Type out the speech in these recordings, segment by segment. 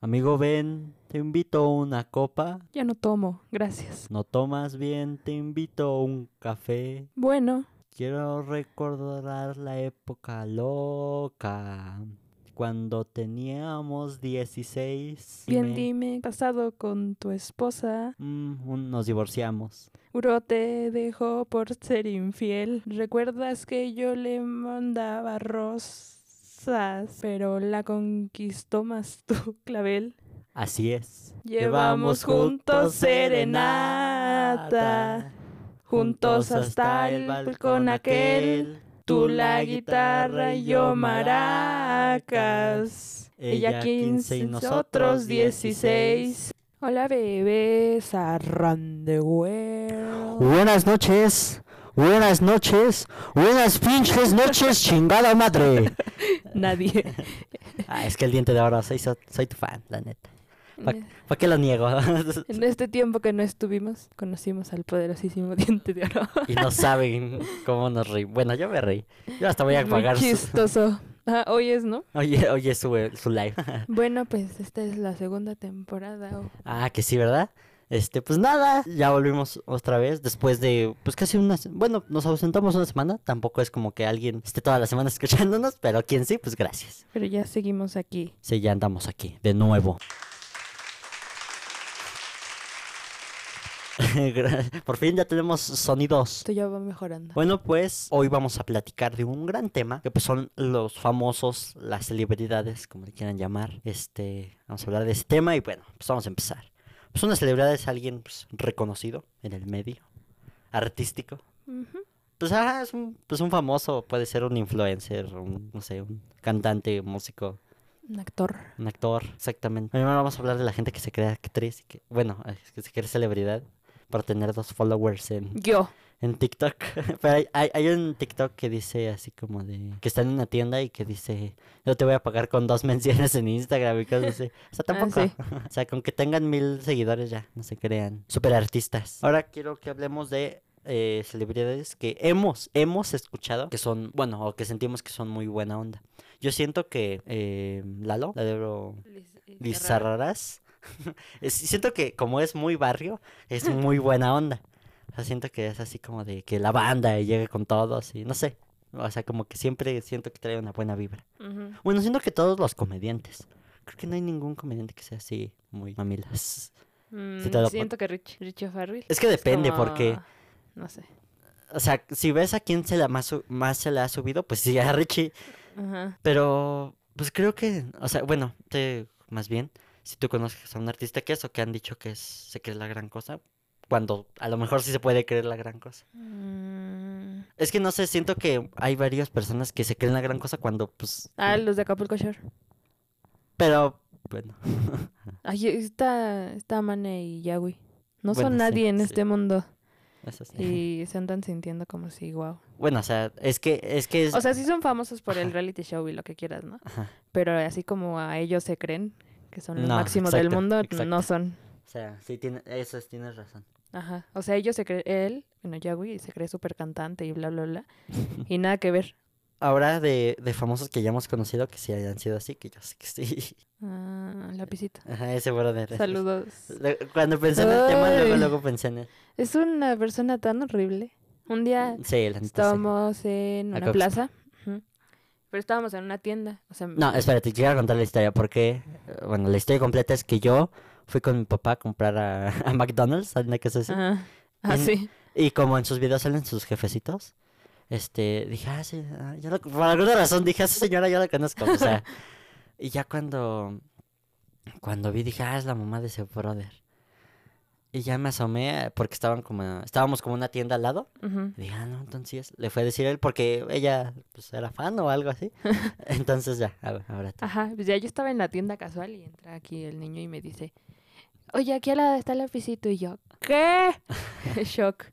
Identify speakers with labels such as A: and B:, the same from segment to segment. A: Amigo Ben, te invito a una copa.
B: Ya no tomo, gracias.
A: No tomas bien, te invito a un café.
B: Bueno,
A: Quiero recordar la época loca. Cuando teníamos 16.
B: bien
A: dime,
B: dime, casado con tu esposa,
A: mm, un- nos divorciamos.
B: Uro te dejó por ser infiel. ¿Recuerdas que yo le mandaba rosas, pero la conquistó más tu clavel?
A: Así es.
B: Llevamos juntos serenata, juntos hasta el balcón aquel. Tú la guitarra y yo maracas. Ella 15 y nosotros 16. Hola bebés, arran de huevo.
C: Buenas noches, buenas noches, buenas pinches noches, chingada madre.
B: Nadie.
A: Ah, es que el diente de oro, soy, so- soy tu fan, la neta. ¿Para qué lo niego?
B: e-, En este tiempo que no estuvimos, conocimos al poderosísimo diente de oro.
A: y no saben cómo nos reí. Bueno, yo me reí. Yo hasta voy a
B: Muy
A: pagar su,
B: chistoso. Ah, hoy es, ¿no?
A: oye, oye su, eh, su live.
B: Bueno, pues esta es la segunda temporada. o-
A: ah, que sí, ¿verdad? Este, pues nada, ya volvimos otra vez después de, pues casi una, se- bueno, nos ausentamos una semana, tampoco es como que alguien esté toda la semana escuchándonos, pero quien sí, pues gracias.
B: Pero ya seguimos aquí.
A: Sí, ya andamos aquí, de nuevo. Gra- Por fin ya tenemos sonidos.
B: Esto ya va mejorando.
A: Bueno, pues hoy vamos a platicar de un gran tema, que pues son los famosos, las celebridades, como le quieran llamar. Este, vamos a hablar de ese tema y bueno, pues vamos a empezar. Pues una celebridad es alguien pues, reconocido en el medio artístico.
B: Ujú.
A: Pues, ajá, es un, pues un famoso, puede ser un influencer, un, no sé, un cantante, músico,
B: Un actor.
A: un actor, exactamente. Primero vamos a hablar de la gente que se cree actriz y que, bueno, es que se cree celebridad para tener dos followers en,
B: Yo.
A: en TikTok. Pero hay, hay, hay un TikTok que dice así como de. que está en una tienda y que dice. Yo te voy a pagar con dos menciones en Instagram y cosas así. O sea,
B: Ah,
A: tampoco.
B: sí.
A: O sea, con que tengan mil seguidores ya, no se crean. Super artistas. Ahora quiero que hablemos de. eh, celebridades que hemos hemos escuchado que son bueno o que sentimos que son muy buena onda yo siento que eh, Lalo Lalo Lizarrarás. Es- siento que como es muy barrio, es muy buena onda. O sea, siento que es así como de que la banda llega con todos y no sé. O sea, como que siempre siento que trae una buena vibra.
B: Ujú.
A: Bueno, siento que todos los comediantes. Creo que no hay ningún comediante que sea así muy mamilas. te
B: Mm,
A: lo pon-
B: siento que Rich, Richo Farrell.
A: Es que depende porque,
B: No sé.
A: o sea, si ves a quién se la más, su- más se la ha subido, pues sí, a Richie.
B: Ajá.
A: Pero, pues creo que, o sea, bueno, te- más bien, si tú conoces a un artista que es o que han dicho que es- se cree la gran cosa, cuando a lo mejor sí se puede creer la gran cosa.
B: Mm.
A: Es que no sé, siento que hay varias personas que se creen la gran cosa cuando, pues,
B: Ah, los de Acapulco Shore.
A: pero, bueno,
B: Ay, está, está Mane y Yahweh.
A: Bueno,
B: No
A: sí,
B: son nadie en
A: sí.
B: este mundo.
A: eso sí.
B: Y se andan sintiendo como si, wow.
A: Bueno, o sea, es que, es que es...
B: O sea, sí son famosos por el
A: Ajá.
B: reality show y lo que quieras, ¿no?
A: Ajá.
B: Pero así como a ellos se creen que son lo
A: No,
B: máximo del
A: exacto,
B: mundo,
A: exacto.
B: no son.
A: O sea, sí, tiene, eso es- tienes razón.
B: Ajá. O sea, ellos se creen, él, bueno, Yahweh, se cree súper cantante y bla, bla, bla. Y nada que ver.
A: Ahora de, de famosos que ya hemos conocido que sí hayan sido así, que yo sé que sí.
B: Ah, lapicito.
A: Ajá, ese brother. es-
B: Saludos.
A: Le- Cuando pensé en el tema, luego,
B: Ay.
A: luego pensé en él.
B: Es una persona tan horrible. Un día
A: Sí, la neta, Mm, sí.
B: estábamos en una
A: Acapulco.
B: plaza, ujú, pero estábamos en una tienda. O sea,
A: No, espérate, te quiero contar la historia porque, eh, bueno, la historia completa es que yo fui con mi papá a comprar a, a McDonald's, a una cosa así,
B: ajá. ah,
A: En-
B: así.
A: y como en sus videos salen sus jefecitos, este, dije, ah, sí, ah, yo la- por alguna razón dije, a esa señora yo la conozco, o sea, y ya cuando, cuando vi dije, ah, es la mamá de ese brother, y ya me asomé eh, porque estaban como, estábamos como en una tienda al lado,
B: ujú.
A: Dije, ah, no, entonces le fue a decir él porque ella pues, era fan o algo así. Entonces ya, a ver, ahora tú.
B: Ajá, pues ya yo estaba en la tienda casual y entra aquí el niño y me dice, oye, aquí al lado está el lapicito. Y yo, ¿qué? Shock.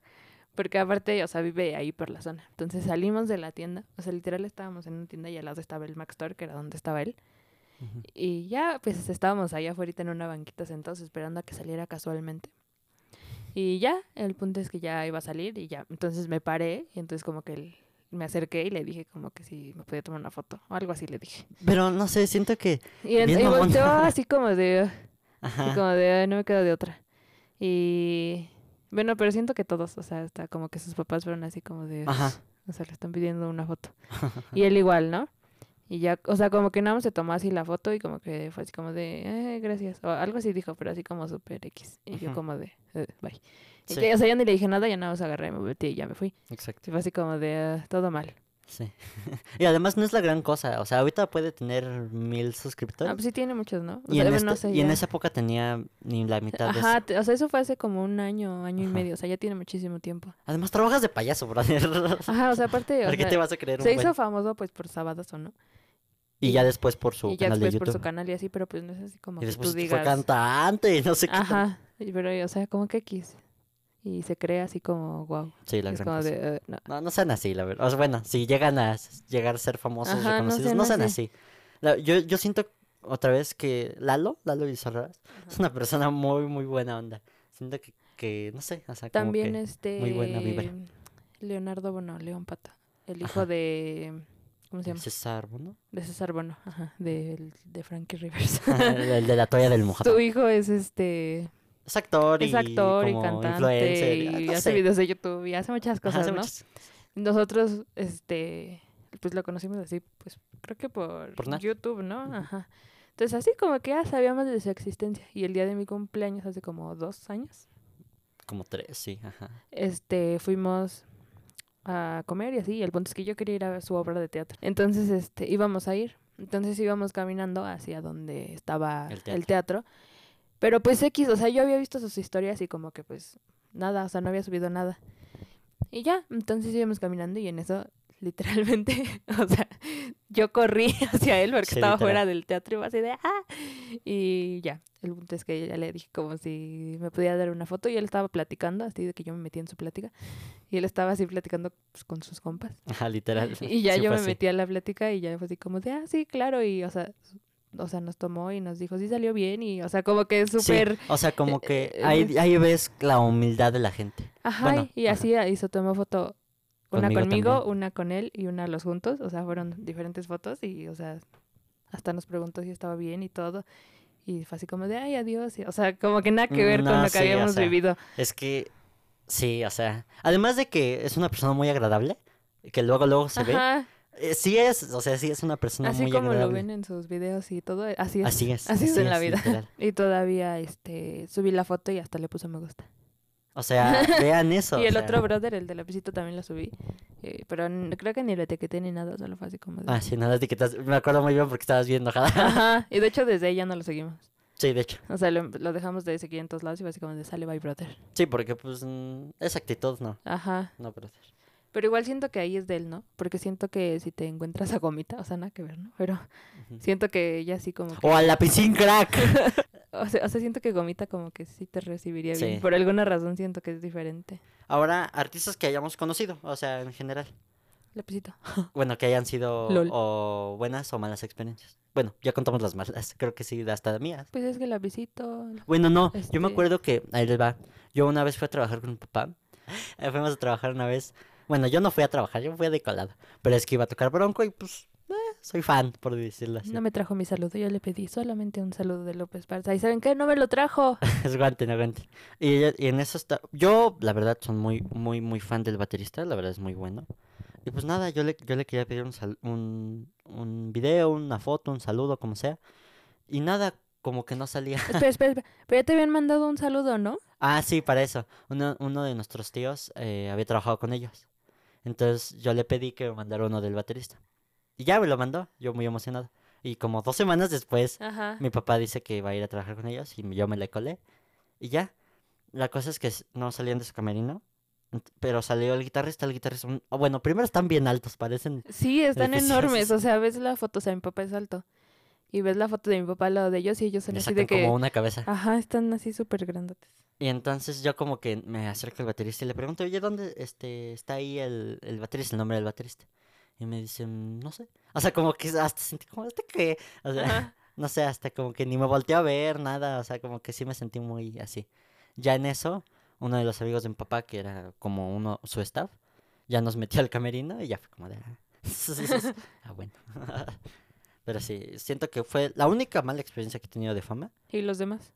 B: Porque aparte, o sea, vive ahí por la zona. Entonces salimos de la tienda, o sea, literal estábamos en una tienda y al lado estaba el Mac Store, que era donde estaba él.
A: Ujú.
B: Y ya, pues estábamos allá afuera en una banquita sentados esperando a que saliera casualmente. Y ya, el punto es que ya iba a salir y ya, entonces me paré y entonces como que el me acerqué y le dije como que si me podía tomar una foto o algo así le dije.
A: Pero no sé, siento que.
B: Y, en-
A: Bien
B: y
A: mamón.
B: volteó así como de, así
A: Ajá.
B: como de, "Ay, no me quedo de otra. Y bueno, pero siento que todos, o sea, está como que sus papás fueron así como de,
A: Ajá.
B: o sea, le están pidiendo una foto. Y él igual, ¿no? Y ya, o sea, como que nada más se tomó así la foto y como que fue así como de, "Ay, gracias, o algo así dijo, pero así como super X. Y yo
A: Ujú.
B: como de, "Eh, bye. Y
A: Sí.
B: que, o sea, yo ni le dije nada, ya nada más agarré, me volteé y ya me fui.
A: Exacto.
B: Sí, fue así como de, "Ah, todo mal.
A: Sí. y además no es la gran cosa. O sea, ahorita puede tener mil suscriptores.
B: Ah, pues sí tiene muchos, ¿no? O
A: y,
B: sea,
A: en
B: bueno, no
A: esta-
B: sé,
A: y en
B: ya.
A: esa época tenía ni la mitad de
B: Ajá,
A: eso.
B: te- o sea, eso fue hace como un año, año y
A: Ajá.
B: medio, o sea, ya tiene muchísimo tiempo.
A: Además, trabajas de payaso, brother.
B: Ajá, o sea, aparte, o
A: ¿Para qué
B: sea,
A: te vas a creer un
B: se
A: güey?
B: hizo famoso pues por Sabadazo, ¿no?
A: Y ya después por su
B: Y ya
A: canal de
B: después
A: YouTube.
B: por su canal y así, pero pues no es así como
A: y
B: que
A: después
B: tú
A: fue
B: digas...
A: cantante y no sé qué. tan-
B: Ajá, y- pero o sea, como que X. Y se crea así como, wow.
A: Sí, la
B: es
A: gran
B: como
A: cosa.
B: de, "Eh, no".
A: No, no sean así, la verdad. O sea, bueno, si llegan a s- llegar a ser famosos,
B: Ajá, no
A: reconocidos,
B: sean
A: no sean así.
B: así.
A: La- yo, yo siento otra vez que Lalo, Lalo Bizarra, es una persona muy, muy buena onda. Siento que, que no sé, o sea, como
B: También
A: que-
B: este...
A: muy buena vibra.
B: Leonardo Bono, León Pata. El hijo
A: Ajá.
B: de... ¿Cómo se llama?
A: César, ¿no?
B: De César Bono, ajá, de, de Frankie Rivers.
A: Ah, El de la toalla del mojado.
B: Su hijo es este...
A: Es actor y
B: es actor y
A: como
B: cantante
A: influencer, ah,
B: y
A: no
B: hace
A: sé.
B: videos de YouTube y hace muchas
A: Ajá,
B: cosas,
A: hace
B: ¿no?
A: muchas-
B: Nosotros, este, pues lo conocimos así, pues creo que por,
A: Por Nach.
B: YouTube, ¿no? Ajá. Entonces así como que ya sabíamos de su existencia y el día de mi cumpleaños hace como dos años,
A: Como tres, sí, ajá.
B: este, fuimos a comer y así. El punto es que yo quería ir a ver su obra de teatro, entonces este, íbamos a ir, entonces íbamos caminando hacia donde estaba
A: El
B: el teatro, pero pues X, o sea, yo había visto sus historias y como que pues nada, o sea, no había subido nada. Y ya, entonces íbamos caminando y en eso, literalmente, o sea, yo corrí hacia él porque
A: Sí,
B: estaba
A: literal.
B: fuera del teatro y iba así de ¡ah! Y ya, el punto es que ya le dije como si me podía dar una foto y él estaba platicando, así de que yo me metí en su plática y él estaba así platicando pues, con sus compas.
A: Ajá, literal.
B: Y ya
A: sí
B: yo
A: fue
B: me
A: así.
B: metí a la plática y ya fue así como de, ah, sí, claro, y o sea, o sea, nos tomó y nos dijo, sí salió bien y o sea, como que es
A: Sí,
B: súper...
A: o sea, como que
B: eh,
A: ahí, ahí ves la humildad de la gente.
B: Ajá,
A: Bueno,
B: y
A: ajá.
B: así hizo, tomó foto una
A: Conmigo
B: conmigo,
A: también.
B: una con él y una los juntos, o sea, fueron diferentes fotos y, o sea, hasta nos preguntó si estaba bien y todo. Y fue así como de, ay, adiós. y- o sea, como que nada que ver con
A: No,
B: lo que
A: sí, o
B: habíamos
A: sea,
B: vivido.
A: Es que, sí, o sea, además de que es una persona muy agradable, que luego luego se
B: Ajá,
A: ve, eh, sí es, o sea, sí es una persona
B: así
A: muy
B: como lo
A: agradable.
B: ven en sus videos y todo, eh, así es.
A: Así es.
B: así es en la vida.
A: literal.
B: Y todavía, este, subí la foto y hasta le puso me gusta.
A: O sea, vean eso.
B: y
A: o
B: el
A: sea.
B: otro brother, el de la visita, también lo subí. eh, pero n- creo que ni lo etiqueté ni nada, solo fue así como de...
A: Ah, sí, no las etiquetas. Me acuerdo muy bien porque estabas bien enojada.
B: Ajá, y de hecho desde ahí ya no lo seguimos.
A: Sí, de hecho.
B: O sea, lo, em, lo dejamos de seguir en todos lados y básicamente sale bye brother.
A: Sí, porque pues mm, esa actitud no,
B: Ajá.
A: no, brother.
B: Pero igual siento que ahí es de él, ¿no? Porque siento que si te encuentras a gomita, o sea, nada que ver, ¿no? Pero
A: Ujú.
B: siento que ella sí como que...
A: O al lapicín crack.
B: O sea, o sea, siento que gomita como que sí te recibiría bien.
A: Sí.
B: Por alguna razón siento que es diferente.
A: Ahora, artistas que hayamos conocido, o sea, en general.
B: Lapicito.
A: Bueno, que hayan sido
B: Lol.
A: o buenas o malas experiencias. Bueno, ya contamos las malas, creo que sí, hasta mías.
B: Pues es que lapicito...
A: Bueno, no, yo me
B: Este-
A: acuerdo que, ahí les va, yo una vez fui a trabajar con mi papá, eh, fuimos a trabajar una vez, bueno, yo no fui a trabajar, yo fui de colada, pero es que iba a tocar bronco y pues, eh, soy fan, por decirlo así.
B: No me trajo mi saludo, yo le pedí solamente un saludo de López Parza. ¿Y saben qué? ¡No me lo trajo!
A: Es guante, no guante. Y, ella- y en eso está. Yo, la verdad, soy muy, muy, muy fan del baterista. La verdad es muy bueno. Y pues nada, yo le, yo le quería pedir un, sal- un, un video, una foto, un saludo, como sea. Y nada, como que no salía.
B: espera, espera, espera. Pero ya te habían mandado un saludo, ¿no?
A: Ah, sí, para eso. Uno, uno de nuestros tíos eh, había trabajado con ellos. Entonces yo le pedí que me mandara uno del baterista. Y ya me lo mandó, yo muy emocionado. Y como dos semanas después,
B: Ajá.
A: mi papá dice que va a ir a trabajar con ellos y yo me le colé. Y ya. La cosa es que s- no salían de su camerino, ent- pero salió el guitarrista, el guitarrista. un- oh, bueno, primero están bien altos, parecen.
B: Sí, están
A: Edificios,
B: enormes.
A: sí.
B: O sea, ves la foto, o sea, mi papá es alto. Y ves la foto de mi papá al lado de ellos y ellos son
A: Le
B: así
A: sacan
B: de que...
A: como una cabeza.
B: Ajá, están así súper grandotes.
A: Y entonces yo como que me acerco al baterista y le pregunto, oye, ¿dónde este, está ahí el, el baterista, el nombre del baterista? Y me dice, "Mm, no sé. O sea, como que hasta sentí como, ¿hasta qué? O sea,
B: Ajá.
A: no sé, hasta como que ni me volteé a ver, nada, o sea, como que sí me sentí muy así. Ya en eso, uno de los amigos de mi papá, que era como uno, su staff, ya nos metió al camerino y ya fue como de... "Ah, ah, bueno. Pero sí, siento que fue la única mala experiencia que he tenido de fama.
B: ¿Y los demás?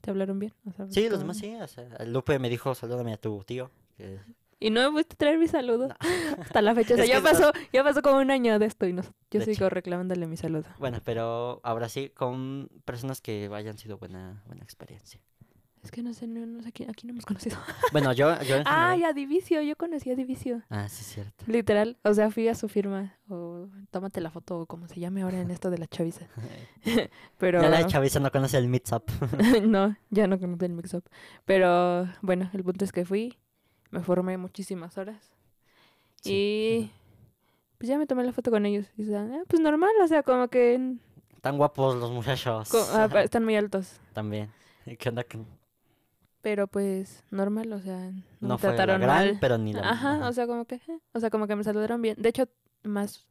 B: ¿Te hablaron bien? O sea,
A: Sí,
B: ¿cómo?
A: los demás sí. O sea, Lupe me dijo, salúdame a tu tío. que-
B: Y no me fuiste a traer mi saludo.
A: No.
B: Hasta la fecha. O sea,
A: Es
B: ya
A: que no-
B: pasó, ya pasó como un año de esto y no, yo
A: De
B: sigo
A: hecho.
B: reclamándole mi saludo.
A: Bueno, pero ahora sí, con personas que hayan sido buena, buena experiencia.
B: Es que no sé, no, no sé quién, aquí no hemos conocido.
A: Bueno, yo, yo en
B: Ay,
A: general-
B: a Divicio, yo conocí a Divicio.
A: Ah, sí, es cierto.
B: Literal, o sea, fui a su firma o tómate la foto o como se llame ahora en esto de la chaviza. Pero
A: Ya la chaviza no conoce el Meetup.
B: no, ya no conozco el mix up. Pero bueno, el punto es que fui, me formé muchísimas horas y pues ya me tomé la foto con ellos. Y, o sea, ah, pues normal, o sea, como que en-
A: Tan guapos los muchachos.
B: co- ah, pa- están muy altos.
A: También. ¿Qué onda con-
B: Pero pues normal, o sea, no,
A: No,
B: me
A: fue la
B: trataron
A: gran,
B: mal.
A: pero ni la...
B: Ajá,
A: ajá.
B: o sea, como que, ajá, o sea, como que me saludaron bien. De hecho, más,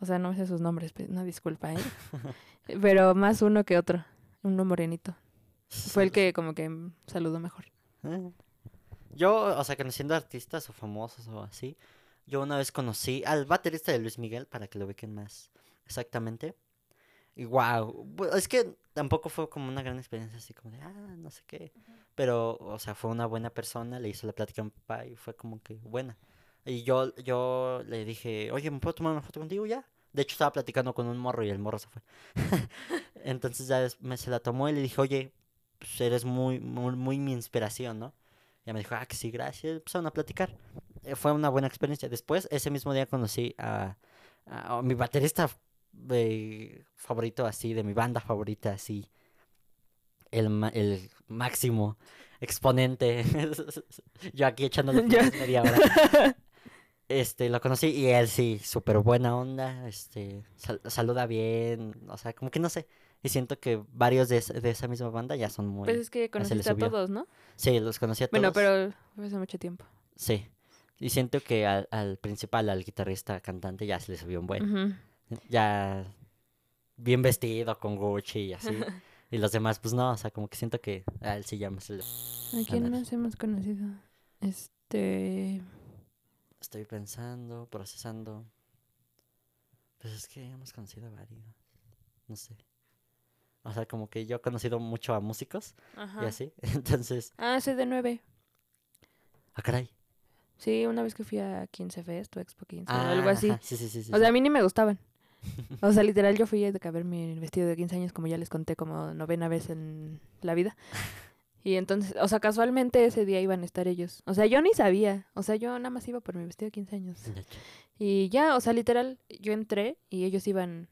B: o sea, no sé sus nombres, pe- no disculpa, ¿eh? Pero más uno que otro, uno morenito. Fue el que como que mm, saludó mejor.
A: Eh. Yo, o sea, conociendo artistas o famosos o así, yo una vez conocí al baterista de Luis Miguel, para que lo ubiquen más exactamente. Y wow, es que tampoco fue como una gran experiencia así como de, ah, no sé qué. Pero, o sea, fue una buena persona, le hizo la plática a mi papá y fue como que buena. Y yo, yo le dije, oye, ¿me puedo tomar una foto contigo ya? De hecho, estaba platicando con un morro y el morro se fue. Entonces ya des- me se la tomó y le dije, oye, pues eres muy, muy, muy mi inspiración, ¿no? Ya me dijo, ah, que sí, gracias. Empezaron a platicar. Eh, Fue una buena experiencia. Después, ese mismo día conocí a, a- a mi baterista eh, favorito, así, de mi banda favorita, así. El, ma- el máximo exponente. Yo aquí echándole
B: Ya.
A: flores media hora. Este, lo conocí y él sí, súper buena onda, este, sal- saluda bien, o sea, como que no sé. Y siento que varios de, es- de esa misma banda ya son muy...
B: Pues es que
A: se le
B: conociste a
A: subió.
B: todos, ¿no?
A: Sí, los conocí a todos.
B: Bueno, pero fue hace mucho tiempo.
A: Sí. Y siento que al, al principal, al guitarrista cantante, ya se le subió un buen.
B: Ujú.
A: Ya bien vestido, con Gucci y así. y los demás, pues no, o sea, como que siento que a él sí ya me se le...
B: ¿A quién
A: Ándale.
B: más hemos conocido? Este...
A: Estoy pensando, procesando. Pues es que hemos conocido a varios. No sé. O sea, como que yo he conocido mucho a músicos y
B: Ajá.
A: así. Entonces,
B: Ah, soy de nueve.
A: ah, caray.
B: Sí, una vez que fui a 15 Fest o Expo 15 o
A: Ah,
B: algo así.
A: ajá, Sí, sí, sí. sí,
B: O sea, a
A: sí.
B: mí ni me gustaban. O sea, literal, yo fui a ver mi vestido de 15 años, como ya les conté, como novena vez en la vida. Y entonces, o sea, casualmente ese día iban a estar ellos. O sea, yo ni sabía. O sea, yo nada más iba por mi vestido de 15 años.
A: De hecho.
B: Y ya, o sea, literal, yo entré y ellos iban,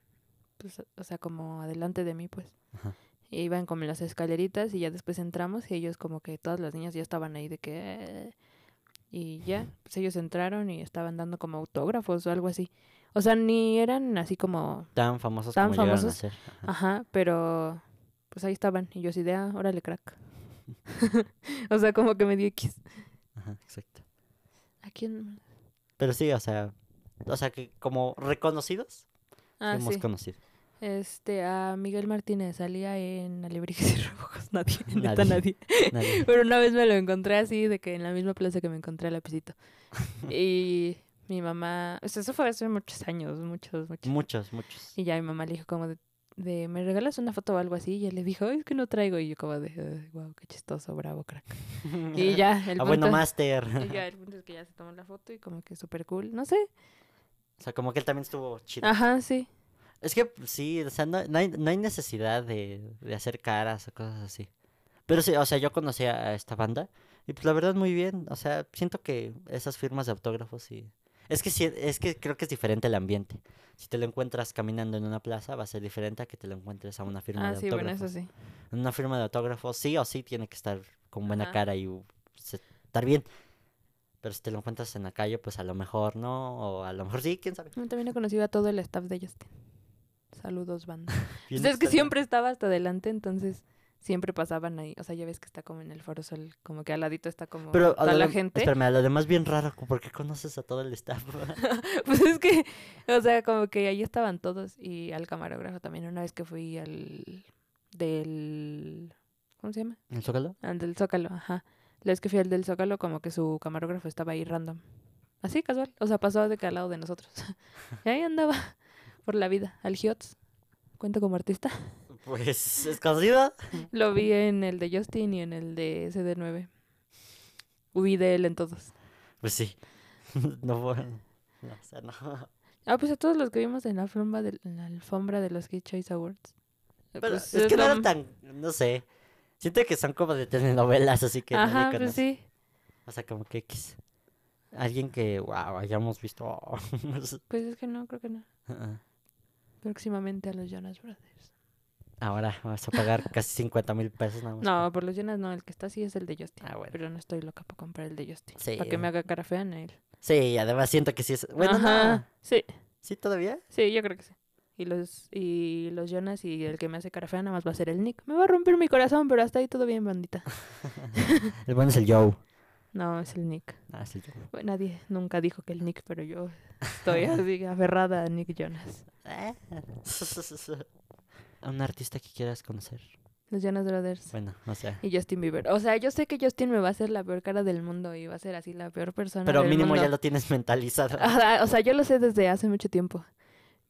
B: pues, o sea, como adelante de mí, pues.
A: Ajá.
B: Y iban como en las escaleritas y ya después entramos y ellos como que todas las niñas ya estaban ahí de que... "Eh". Y ya, pues ellos entraron y estaban dando como autógrafos o algo así. O sea, ni eran así como,
A: Tan famosos
B: Tan
A: como llegaron a
B: famosos.
A: ser. Ajá.
B: ajá, pero pues ahí estaban. Y yo así de, ah, órale, crack. o sea, como que me dio X.
A: Ajá, exacto.
B: ¿A quién?
A: Pero sí, o sea, o sea que como reconocidos sí
B: Ah,
A: hemos
B: sí.
A: conocido.
B: Este, a Miguel Martínez salía en Alebrijes y Rebujos. Nadie,
A: Nadie.
B: neta, nadie.
A: Nadie.
B: Pero una vez me lo encontré así, de que en la misma plaza que me encontré a Lapicito. Y mi mamá, o sea, eso fue hace muchos años, muchos, muchos.
A: Muchos, muchos.
B: Y ya mi mamá le dijo como de, de, ¿me regalas una foto o algo así? Y él le dijo, "Ay, es que no traigo. Y yo como de, wow, qué chistoso, bravo, crack. Y ya, el
A: Ah, bueno,
B: punto-
A: Master.
B: y ya, el punto es que ya se tomó la foto y como que súper cool. No sé.
A: O sea, como que él también estuvo chido.
B: Ajá, sí.
A: Es que pues, sí, o sea, no, no hay, no hay necesidad de, de hacer caras o cosas así. Pero sí, o sea, yo conocí a esta banda y pues la verdad muy bien. O sea, siento que esas firmas de autógrafos y... Es que sí, es que creo que es diferente el ambiente. Si te lo encuentras caminando en una plaza, va a ser diferente a que te lo encuentres a una firma
B: Ah,
A: de
B: sí,
A: autógrafos.
B: bueno, eso sí.
A: en una firma de autógrafo, sí o sí tiene que estar con buena
B: Ajá.
A: cara y u- se- estar bien. Pero si te lo encuentras en la calle, pues a lo mejor no, o a lo mejor sí, quién sabe.
B: Yo también he conocido a todo el staff de Justin. Saludos, banda.
A: Bien
B: Pues es que
A: extraño.
B: siempre estaba hasta adelante, entonces siempre pasaban ahí. O sea, ya ves que está como en el Foro Sol, como que al ladito está como
A: Pero a
B: toda
A: lo
B: la
A: dem-
B: gente.
A: Espérame, a lo demás bien raro, como, ¿por qué conoces a todo el staff?
B: Pues es que, o sea, como que ahí estaban todos y al camarógrafo también. Una vez que fui al del ¿cómo se llama?
A: ¿El Zócalo?
B: Al del Zócalo, ajá. La vez que fui al del Zócalo, como que su camarógrafo estaba ahí random. Así casual. O sea, pasó de que al lado de nosotros. y ahí andaba por la vida. Al Hiots. Cuento como artista.
A: Pues es conocida.
B: Lo vi en el de Justin y en el de CD9. Huí de él en todos.
A: Pues sí. No, fue- no, o sea, no.
B: Ah, pues a todos los que vimos en la alfombra de, en la alfombra de los Kid Choice Awards. Eh,
A: Pero
B: pues,
A: es que no
B: lo-
A: eran tan, no sé. Siento que son como de telenovelas, así que nadie
B: Ajá, pues
A: conoce.
B: sí.
A: O sea, como que X. Alguien que, wow, hayamos visto.
B: Pues es que no, creo que no. Próximamente a los Jonas Brothers.
A: Ahora vas a pagar casi 50 mil pesos nada más.
B: No, por los Jonas no, el que está sí es el de Justin.
A: Ah, bueno.
B: Pero no estoy loca por comprar el de Justin.
A: Sí.
B: Para que me haga cara fea en él.
A: Sí, además siento que sí es. Bueno, no.
B: Sí,
A: ¿Sí todavía?
B: sí, yo creo que sí. Y los, y los Jonas y el que me hace cara fea nada más va a ser el Nick. Me va a romper mi corazón, pero hasta ahí todo bien, bandita.
A: El bueno es el Joe.
B: No, es el Nick.
A: Ah, es el Joe.
B: Bueno, nadie nunca dijo que el Nick, pero yo estoy así aferrada a Nick Jonas.
A: Eh. A un artista que quieras conocer.
B: Los Jonas Brothers.
A: Bueno, o sea.
B: Y Justin Bieber. O sea, yo sé que Justin me va a hacer la peor cara del mundo y va a ser así la peor persona.
A: Pero
B: del
A: mínimo
B: mundo.
A: ya lo tienes mentalizado.
B: Ajá, O sea, yo lo sé desde hace mucho tiempo.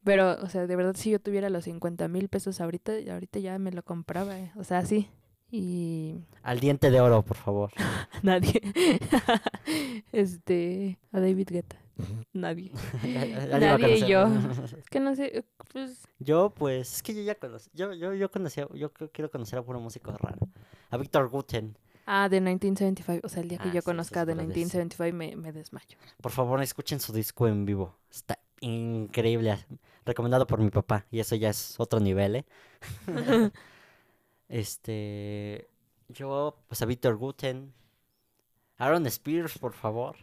B: Pero, o sea, de verdad, si yo tuviera los 50 mil pesos ahorita, ahorita ya me lo compraba. eh. O sea, sí. Y
A: Al diente de oro, por favor.
B: nadie. este. A David Guetta. Nadie.
A: Nadie
B: Nadie y yo.
A: conocer.
B: Es que no sé. Pues.
A: Yo, pues, es que yo ya conocí. Yo, yo, yo conocía. Yo creo- quiero conocer a puro músico raro. A Víctor Guten.
B: Ah, de 1975. O sea, el día que
A: Ah, sí,
B: yo
A: eso
B: conozca
A: es
B: de
A: para decir.
B: 1975 me, me desmayo.
A: Por favor, escuchen su disco en vivo. Está increíble. Recomendado por mi papá. Y eso ya es otro nivel, ¿eh? este. Yo, pues a Víctor Guten. Aaron Spears, por favor.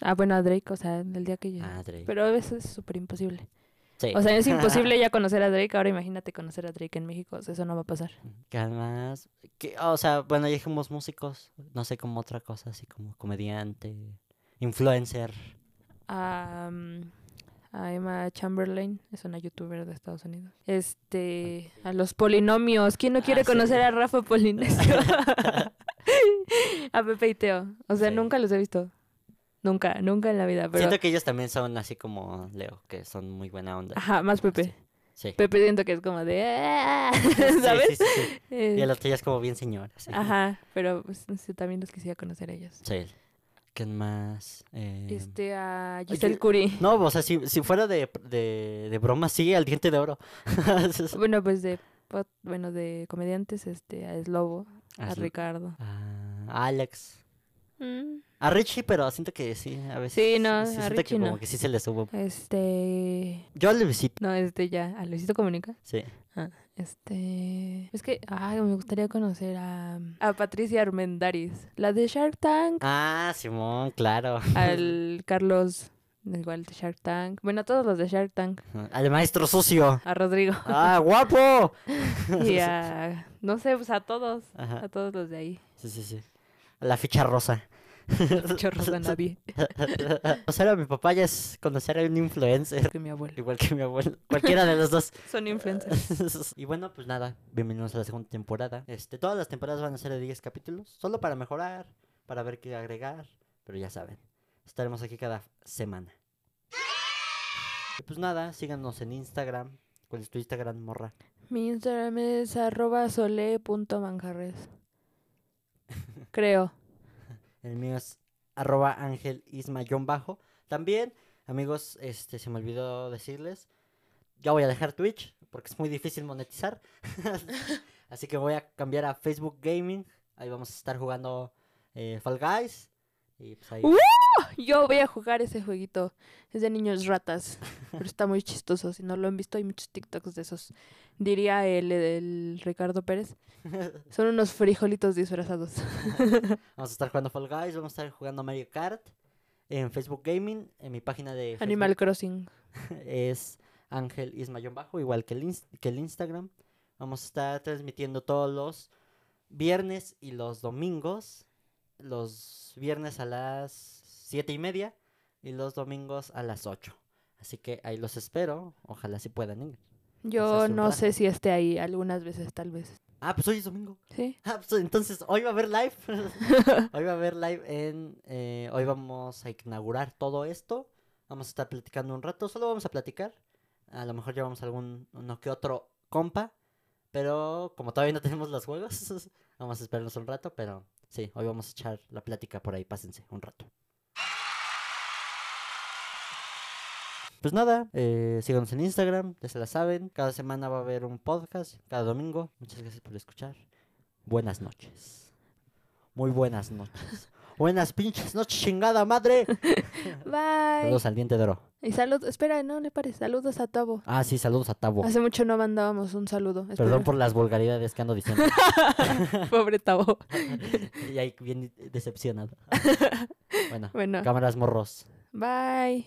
B: Ah, bueno, a Drake, o sea, el día que yo.
A: Madre.
B: Pero eso es súper imposible.
A: Ah, Sí.
B: O sea, es imposible ya conocer a Drake. Ahora imagínate conocer a Drake en México. o sea, eso no va a pasar.
A: Que además. que- Oh, o sea, bueno, ya dijimos músicos. No sé como otra cosa, así como comediante, influencer.
B: A, mm, a Emma Chamberlain, es una youtuber de Estados Unidos. Este, a los polinomios. ¿Quién no quiere
A: Ah, sí.
B: conocer a Rafa Polinesio? a Pepe y Teo. O sea,
A: Sí.
B: nunca los he visto. Nunca, nunca en la vida. Pero,
A: Siento que ellos también son así como Leo, que son muy buena onda.
B: ajá, más Pepe.
A: Sí.
B: Pepe siento que es como de... "Ah",
A: Sí,
B: ¿Sabes?
A: sí, sí, sí. Y
B: Eh,
A: el otro ya es como bien señor. así.
B: Ajá, pero pues, no sé, también los quisiera conocer a ellos.
A: Sí. ¿Quién más? Eh,
B: Este, a Giselle
A: oye,
B: Curie.
A: No, o sea, si, si fuera de, de, de broma, sí, al diente de oro.
B: Bueno, pues de, pot- bueno, de comediantes, este, a Slobo, a
A: Así.
B: Ricardo.
A: A Alex.
B: Mm.
A: A Richie, pero siento que sí, a veces.
B: Sí, no, a
A: siento
B: Richie
A: que como
B: no.
A: que sí se le subo.
B: Este.
A: Yo a Luisito,
B: No, este ya. A Luisito Comunica.
A: sí.
B: Este. Es que. Ay, me gustaría conocer a. A Patricia Armendaris. La de Shark Tank.
A: Ah, Simón, claro.
B: Al Carlos. Igual de Shark Tank. Bueno, a todos los de Shark Tank.
A: Al maestro sucio.
B: A Rodrigo.
A: ¡Ah, guapo!
B: Y a. No sé, pues a todos.
A: Ajá,
B: A todos los de ahí.
A: sí, sí, sí. A La ficha rosa.
B: Chorros de nadie.
A: o sea, mi papá ya es conocer a un influencer.
B: Que mi abuelo.
A: Igual que mi abuelo. Cualquiera de los dos.
B: Son influencers.
A: y bueno, pues nada, bienvenidos a la segunda temporada. Este, todas las temporadas van a ser de 10 capítulos, solo para mejorar, para ver qué agregar, pero ya saben, estaremos aquí cada semana. Y pues nada, síganos en Instagram. ¿Cuál es tu Instagram, morra?
B: Mi Instagram es arroba sole.manjarres. Creo.
A: El mío es arroba ángel isma guión bajo. También, amigos, este, se me olvidó decirles, ya voy a dejar Twitch porque es muy difícil monetizar. Así que voy a cambiar a Facebook Gaming. Ahí vamos a estar jugando eh, Fall Guys. Y pues ahí.
B: ¡Uh! Yo voy a jugar ese jueguito. Es de niños ratas. Pero está muy chistoso. Si no lo han visto, hay muchos TikToks de esos. Diría el, el Ricardo Pérez. Son unos frijolitos disfrazados.
A: Vamos a estar jugando Fall Guys. Vamos a estar jugando Mario Kart. En Facebook Gaming. En mi página de Facebook
B: Animal Crossing.
A: es Ángel Ismayón Bajo, igual que el, ins- que el Instagram. Vamos a estar transmitiendo todos los viernes y los domingos. Los viernes a las siete y media y los domingos a las 8. Así que ahí los espero. Ojalá si puedan ir.
B: Yo
A: hace un
B: no
A: rato.
B: sé si esté ahí algunas veces, tal vez.
A: Ah, pues hoy es domingo.
B: Sí.
A: Ah, pues entonces hoy va a haber live. hoy va a haber live en. eh, hoy vamos a inaugurar todo esto. Vamos a estar platicando un rato. Solo vamos a platicar. A lo mejor llevamos algún uno que otro compa. Pero como todavía no tenemos los juegos, vamos a esperarnos un rato. Pero sí, hoy vamos a echar la plática por ahí. Pásense un rato. Pues nada, eh, síganos en Instagram, ya se la saben. Cada semana va a haber un podcast, cada domingo. Muchas gracias por escuchar. Buenas noches. Muy buenas noches. buenas pinches noches, chingada madre.
B: Bye.
A: Saludos al diente de oro.
B: Y saludos. Espera, no le pares. Saludos a Tabo.
A: Ah, sí, saludos a Tabo.
B: Hace mucho no mandábamos un saludo. Espera.
A: Perdón por las vulgaridades que ando diciendo.
B: Pobre Tabo.
A: y ahí bien decepcionado. bueno,
B: Bueno,
A: cámaras morros.
B: bye.